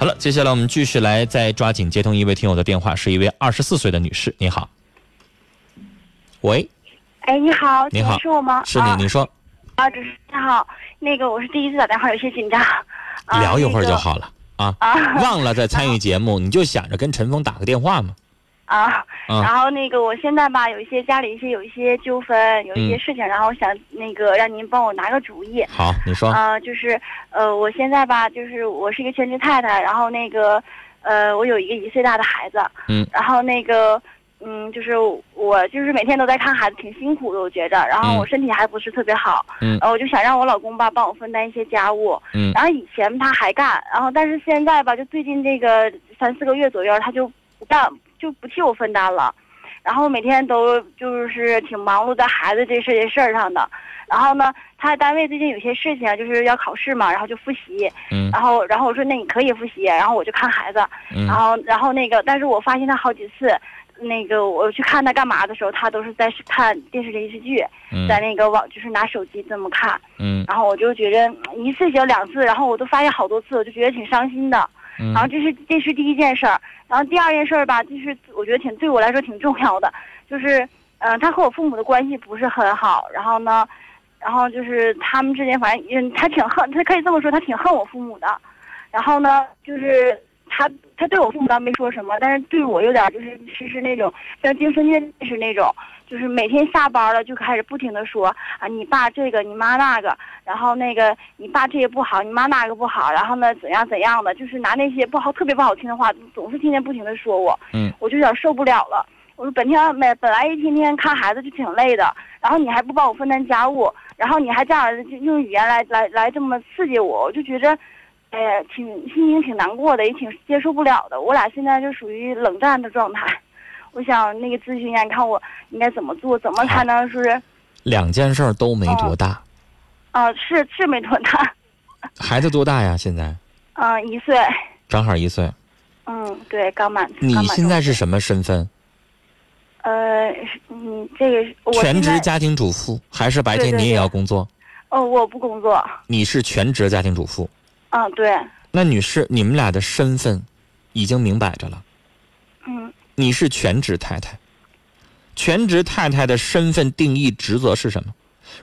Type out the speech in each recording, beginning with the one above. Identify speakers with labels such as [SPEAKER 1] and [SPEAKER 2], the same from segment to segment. [SPEAKER 1] 好了，接下来我们继续来再抓紧接通一位听友的电话，是一位二十四岁的女士，你好。喂，
[SPEAKER 2] 哎，你好，
[SPEAKER 1] 你好
[SPEAKER 2] 是我吗？
[SPEAKER 1] 是你，你说
[SPEAKER 2] 啊，啊主持人你好，那个我是第一次打电话，有些紧张。啊、
[SPEAKER 1] 聊一会儿就
[SPEAKER 2] 那个
[SPEAKER 1] 好了啊，
[SPEAKER 2] 啊
[SPEAKER 1] 忘了再参与节目，你就想着跟陈峰打个电话嘛。
[SPEAKER 2] 啊，
[SPEAKER 1] 啊
[SPEAKER 2] 然后那个我现在吧，有一些家里一些有一些纠纷，有一些
[SPEAKER 1] 嗯
[SPEAKER 2] 事情，然后想那个让您帮我拿个主意。
[SPEAKER 1] 好，你说，
[SPEAKER 2] 呃，就是呃，我现在吧，就是我是一个全职太太，然后那个呃，我有一个一岁大的孩子，
[SPEAKER 1] 嗯，
[SPEAKER 2] 然后那个嗯，就是我就是每天都在看孩子，挺辛苦的，我觉着，然后我
[SPEAKER 1] 嗯
[SPEAKER 2] 身体还不是特别好，呃
[SPEAKER 1] 嗯
[SPEAKER 2] 然后我就想让我老公吧帮我分担一些家务，
[SPEAKER 1] 嗯
[SPEAKER 2] 然后以前他还干，然后但是现在吧，就最近这个三四个月左右，他就不干，就不替我分担了。然后每天都就是挺忙碌在孩子这事这事儿上的，然后呢，他单位最近有些事情啊就是要考试嘛，然后就复习，
[SPEAKER 1] 嗯
[SPEAKER 2] 然后然后我说那你可以复习，然后我就看孩子，然
[SPEAKER 1] 嗯
[SPEAKER 2] 后然后那个，但是我发现他好几次，那个我去看他干嘛的时候，他都是在看电视连续剧，
[SPEAKER 1] 嗯
[SPEAKER 2] 在那个网就是拿手机这么看，
[SPEAKER 1] 嗯
[SPEAKER 2] 然后我就觉得嗯一次行两次，然后我都发现好多次，我就觉得挺伤心的。
[SPEAKER 1] 嗯
[SPEAKER 2] 然后这是这是第一件事儿，然后第二件事儿吧，就是我觉得挺对我来说挺重要的，就是嗯、呃，他和我父母的关系不是很好，然后呢，然后就是他们之间反正嗯，他挺恨，他可以这么说，他挺恨我父母的，然后呢，就是他他对我父母倒没说什么，但是对我有点儿就是是是那种像精神虐待是那种，就是每天下班了就开始不停的说啊，你爸这个，你妈那个，然后那个你爸这个不好，你妈那个不好，然后呢怎样怎样的，就是拿那些不好特别不好听的话，总是天天不停的说我，
[SPEAKER 1] 嗯，
[SPEAKER 2] 我就有点受不了了。我说本天每本来一天天看孩子就挺累的，然后你还不帮我分担家务，然后你还这样就用语言来来来这么刺激我，我就觉着，哎呀，挺心情挺难过的，也挺接受不了的。我俩现在就属于冷战的状态，我想那个咨询一下，你看我应该怎么做，怎么才能说是，
[SPEAKER 1] 两件事儿都没多大，
[SPEAKER 2] 啊、是是没多大，哦
[SPEAKER 1] 孩子多大呀？现在
[SPEAKER 2] 嗯、一岁，
[SPEAKER 1] 正好一岁，
[SPEAKER 2] 嗯，对，刚满。
[SPEAKER 1] 你
[SPEAKER 2] 刚满
[SPEAKER 1] 现在是什么身份？
[SPEAKER 2] 呃，是嗯，这个是我
[SPEAKER 1] 全
[SPEAKER 2] 现
[SPEAKER 1] 职
[SPEAKER 2] 在
[SPEAKER 1] 家庭主妇还是白天
[SPEAKER 2] 对对
[SPEAKER 1] 你也
[SPEAKER 2] 对
[SPEAKER 1] 要工作？
[SPEAKER 2] 哦，我不工作。
[SPEAKER 1] 你是全职家庭主妇，
[SPEAKER 2] 嗯，对，
[SPEAKER 1] 那女士，你们俩的身份已经明摆着了。
[SPEAKER 2] 嗯，
[SPEAKER 1] 你是全职太太，全职太太的身份定义职责是什么？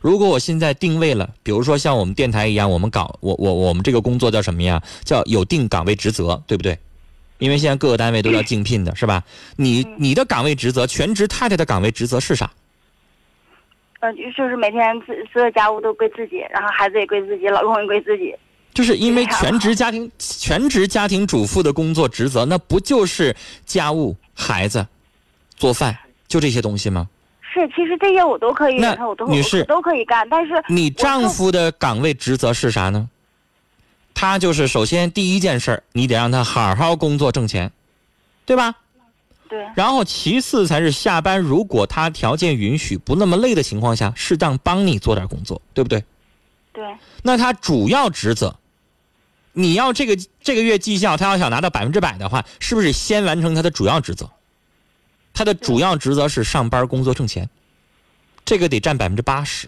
[SPEAKER 1] 如果我现在定位了，比如说像我们电台一样，我们岗我我我们这个工作叫什么呀？叫有定岗位职责，对不对？因为现在各个单位都要竞聘的，是吧？你你的岗位职责，全职太太的岗位职责是啥？
[SPEAKER 2] 呃，就是每天自所有家务都归自己，然后孩子也归自己，老公也归自己。
[SPEAKER 1] 就是因为全职家庭全职家庭主妇的工作职责，那不就是家务、孩子、做饭，就这些东西吗？
[SPEAKER 2] 是，其实这些我都可以，
[SPEAKER 1] 那嗯
[SPEAKER 2] 然后我都
[SPEAKER 1] 女士
[SPEAKER 2] 我都可以干，但是
[SPEAKER 1] 你
[SPEAKER 2] 就
[SPEAKER 1] 丈夫的岗位职责是啥呢？他就是首先第一件事儿，你得让他好好工作挣钱，对吧？
[SPEAKER 2] 对，
[SPEAKER 1] 然后其次才是下班，如果他条件允许，不那么累的情况下，适当帮你做点工作，对不对？
[SPEAKER 2] 对，
[SPEAKER 1] 那他主要职责，你要这个这个月绩效，他要想拿到百分之百的话，是不是先完成他的主要职责？他的主要职责是上班工作挣钱，这个得占百分之八十。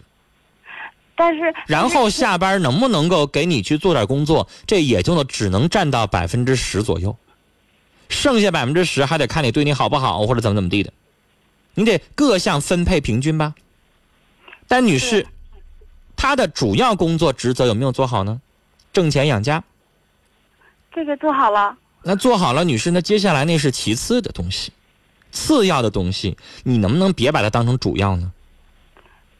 [SPEAKER 2] 但是
[SPEAKER 1] 然后下班能不能够给你去做点工作，这也就只能占到百分之十左右，剩下百分之十还得看你对你好不好或者怎么怎么地的，你得各项分配平均吧。但女士
[SPEAKER 2] 是，
[SPEAKER 1] 她的主要工作职责有没有做好呢？挣钱养家，
[SPEAKER 2] 这个做好了，
[SPEAKER 1] 那做好了，女士，那接下来那是其次的东西，次要的东西，你能不能别把它当成主要呢？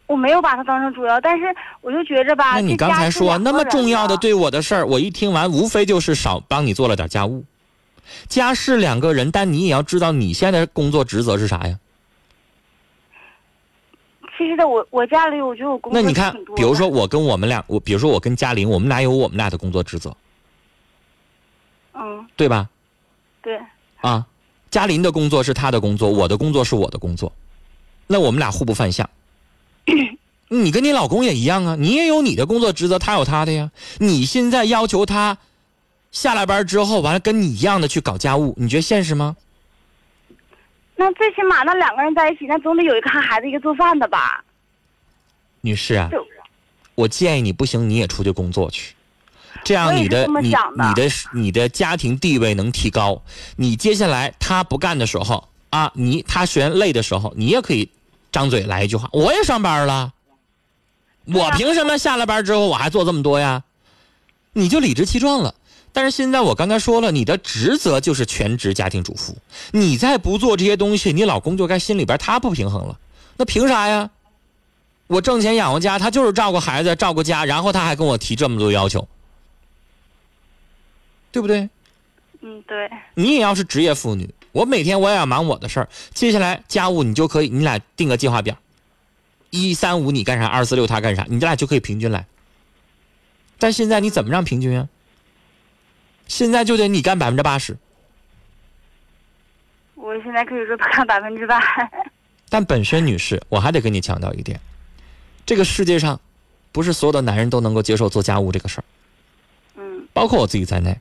[SPEAKER 2] 我没有把它当成主要，但是我就觉着吧，
[SPEAKER 1] 那你
[SPEAKER 2] 啊这
[SPEAKER 1] 刚
[SPEAKER 2] 家
[SPEAKER 1] 才
[SPEAKER 2] 是
[SPEAKER 1] 说
[SPEAKER 2] 两
[SPEAKER 1] 那
[SPEAKER 2] 个
[SPEAKER 1] 么
[SPEAKER 2] 人
[SPEAKER 1] 重要的
[SPEAKER 2] 的，
[SPEAKER 1] 对我的事儿，我一听完，无非就是少帮你做了点家务。家是两个人，但你也要知道你现在的工作职责是啥呀？
[SPEAKER 2] 其实的我我家里我觉得我工作
[SPEAKER 1] 那你看
[SPEAKER 2] 挺多，
[SPEAKER 1] 比如
[SPEAKER 2] 的
[SPEAKER 1] 说我跟我们俩，我比如说我跟嘉玲，我们俩有我们俩的工作职责，
[SPEAKER 2] 嗯，
[SPEAKER 1] 对吧？
[SPEAKER 2] 对，
[SPEAKER 1] 啊，嘉玲的工作是她的工作，我的工作是我的工作，那我们俩互不犯 相。你跟你老公也一样啊，你也有你的工作职责，他有他的呀。你现在要求他下了班之后，完了跟你一样的去搞家务，你觉得现实吗？
[SPEAKER 2] 那最起码那两个人在一起，那总得有一个看孩子，一个做饭的吧？
[SPEAKER 1] 女士啊
[SPEAKER 2] 就，
[SPEAKER 1] 我建议你不行，你也出去工作去。这样你的
[SPEAKER 2] 我也是这么
[SPEAKER 1] 你
[SPEAKER 2] 想的
[SPEAKER 1] 你的你的家庭地位能提高。你接下来他不干的时候啊，你他学员累的时候，你也可以张嘴来一句话：我也上班了，
[SPEAKER 2] 对
[SPEAKER 1] 我
[SPEAKER 2] 呀
[SPEAKER 1] 凭什么下了班之后我还做这么多呀？你就理直气壮了。但是现在我刚才说了，你的职责就是全职家庭主妇，你再不做这些东西，你老公就该心里边他不平衡了。那凭啥呀？我挣钱养活家，他就是照顾孩子、照顾家，然后他还跟我提这么多要求，对不对？
[SPEAKER 2] 嗯，对，
[SPEAKER 1] 你也要是职业妇女，我每天我也要忙我的事儿，接下来家务你就可以，你俩定个计划表，一三五你干啥，二四六他干啥，你俩就可以平均来。但现在你怎么让平均啊？现在就得你干百分之八十，
[SPEAKER 2] 我现在可以说干百分之百。
[SPEAKER 1] 但本身女士，我还得跟你强调一点，这个世界上不是所有的男人都能够接受做家务这个事儿。
[SPEAKER 2] 嗯
[SPEAKER 1] 包括我自己在内，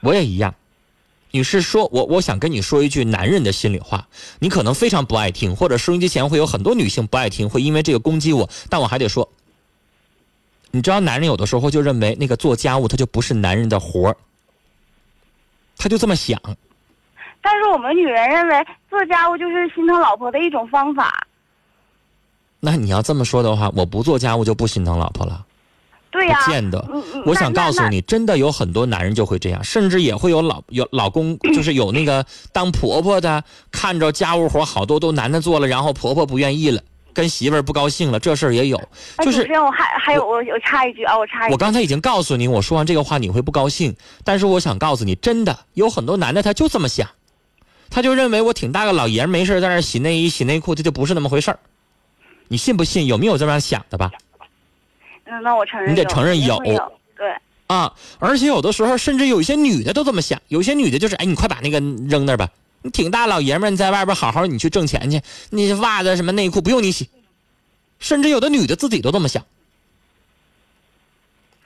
[SPEAKER 1] 我也一样。女士说，我我想跟你说一句男人的心里话，你可能非常不爱听，或者收音机前会有很多女性不爱听，会因为这个攻击我，但我还得说，你知道男人有的时候就认为那个做家务他就不是男人的活儿，他就这么想。
[SPEAKER 2] 但是我们女人认为做家务就是心疼老婆的一种方法。
[SPEAKER 1] 那你要这么说的话，我不做家务就不心疼老婆了。
[SPEAKER 2] 对
[SPEAKER 1] 不
[SPEAKER 2] 呀、
[SPEAKER 1] 见得
[SPEAKER 2] 嗯嗯
[SPEAKER 1] 我想告诉
[SPEAKER 2] 那那
[SPEAKER 1] 你，真的有很多男人就会这样，甚至也会有老有老公，就是有那 个当婆婆的，看着家务活好多都男的做了，然后婆婆不愿意了，跟媳妇儿不高兴了，这事儿也有。
[SPEAKER 2] 哎
[SPEAKER 1] 就
[SPEAKER 2] 主
[SPEAKER 1] 是
[SPEAKER 2] 持人，我还还有我我插一句啊，我插一
[SPEAKER 1] 我
[SPEAKER 2] 句，
[SPEAKER 1] 刚才已经告诉你，我说完这个话你会不高兴，但是我想告诉你，真的有很多男的他就这么想，他就认为我挺大个老爷们儿没事儿在那儿洗内衣洗内裤，这就不是那么回事儿。你信不信？有没有这么样想的吧？
[SPEAKER 2] 嗯，那我承认
[SPEAKER 1] 你
[SPEAKER 2] 有，
[SPEAKER 1] 得承认
[SPEAKER 2] 一定
[SPEAKER 1] 有
[SPEAKER 2] 会有，对，
[SPEAKER 1] 啊，而且有的时候甚至有一些女的都这么想，有些女的就是，哎，你快把那个扔那儿吧，你挺大老爷们儿，你在外边好好你去挣钱去，你袜子什么内裤不用你洗，甚至有的女的自己都这么想。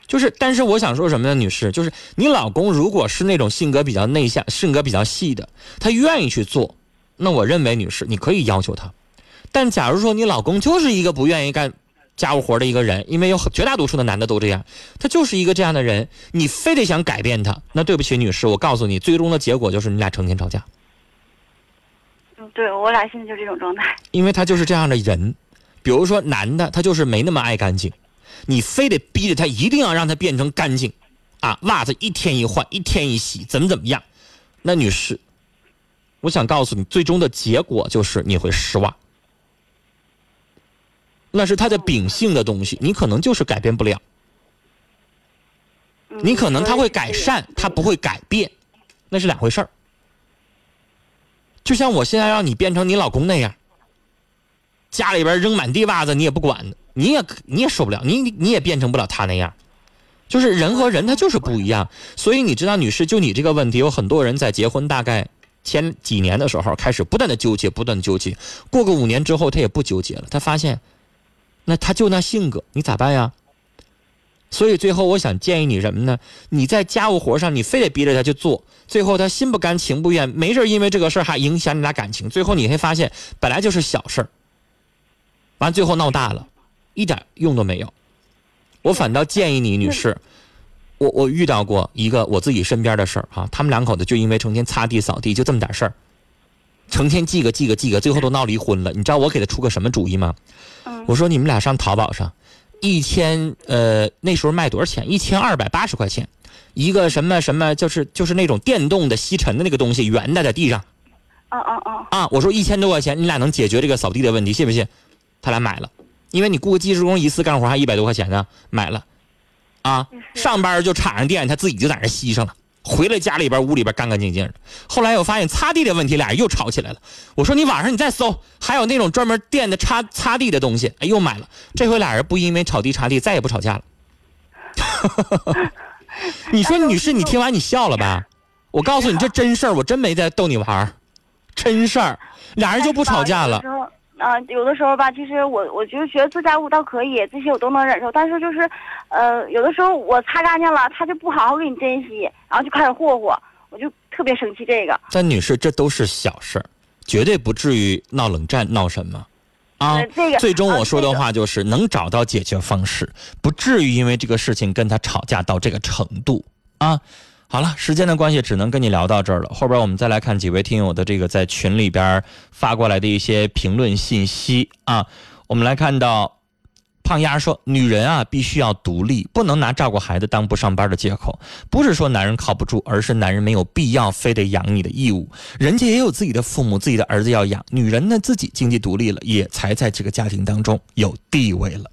[SPEAKER 1] 就是，但是我想说什么呢，女士，就是你老公如果是那种性格比较内向、性格比较细的，他愿意去做，那我认为女士你可以要求他。但假如说你老公就是一个不愿意干家务活的一个人，因为有很绝大多数的男的都这样，他就是一个这样的人，你非得想改变他，那对不起，女士，我告诉你，最终的结果就是你俩成天吵架，
[SPEAKER 2] 嗯，对我俩现在就这种状态。
[SPEAKER 1] 因为他就是这样的人。比如说男的，他就是没那么爱干净，你非得逼着他一定要让他变成干净，啊，袜子一天一换，一天一洗，怎么怎么样？那女士，我想告诉你，最终的结果就是你会失望。那是他的秉性的东西，你可能就是改变不了。
[SPEAKER 2] 嗯
[SPEAKER 1] 你可能他会改善，
[SPEAKER 2] 对
[SPEAKER 1] 他不会改变，那是两回事儿。就像我现在让你变成你老公那样，家里边扔满地袜子你也不管，你也你也受不了，你你你也变成不了他那样。就是人和人他就是不一样，所以你知道，女士，就你这个问题，有很多人在结婚大概前几年的时候开始不断的纠结，不断的纠结，过个五年之后他也不纠结了，他发现，那他就那性格，你咋办呀？所以最后我想建议你什么呢？你在家务活上，你非得逼着他去做，最后他心不甘情不愿，没事儿因为这个事儿还影响你俩感情，最后你会发现本来就是小事儿，完最后闹大了，一点用都没有。我反倒建议你，女士，我我遇到过一个我自己身边的事儿哈、他们两口子就因为成天擦地扫地，就这么点事儿，成天记个记个记个，最后都闹离婚了。你知道我给他出个什么主意吗？
[SPEAKER 2] 嗯
[SPEAKER 1] 我说你们俩上淘宝上，一千呃那时候卖多少钱？一千二百八十块钱，一个什么什么就是就是那种电动的吸尘的那个东西，圆的在地上
[SPEAKER 2] 嗯嗯嗯，
[SPEAKER 1] 啊。我说一千多块钱，你俩能解决这个扫地的问题，信不信？他俩买了，因为你雇个技术工一次干活还一百多块钱呢，买了啊。
[SPEAKER 2] 是
[SPEAKER 1] 上班就插上电，他自己就在那吸上了。回来家里边屋里边干干净净的。后来我发现擦地的问题，俩人又吵起来了。我说你网上你再搜，还有那种专门店的擦擦地的东西，哎，又买了。这回俩人不因为炒地擦地，再也不吵架了。你说女士，你听完你笑了吧？我告诉你，这真事儿，我真没在逗你玩儿，真事儿，俩人就不吵架了
[SPEAKER 2] 但。是吧有的时候啊、有的时候吧，其实我我就觉得做家务倒可以，这些我都能忍受。但是就是，呃，有的时候我擦干净了，他就不好好给你珍惜，然后就开始霍霍，我就特别生气这个。
[SPEAKER 1] 但女士，这都是小事儿，绝对不至于闹冷战，闹什么？啊
[SPEAKER 2] 呃，这个
[SPEAKER 1] 最终我说的
[SPEAKER 2] 呃这个
[SPEAKER 1] 话就是能找到解决方式，不至于因为这个事情跟他吵架到这个程度啊。好了，时间的关系，只能跟你聊到这儿了。后边我们再来看几位听友的这个在群里边发过来的一些评论信息啊。我们来看到，胖丫说：“女人啊，必须要独立，不能拿照顾孩子当不上班的借口。不是说男人靠不住，而是男人没有必要非得养你的义务。人家也有自己的父母、自己的儿子要养，女人呢自己经济独立了，也才在这个家庭当中有地位了。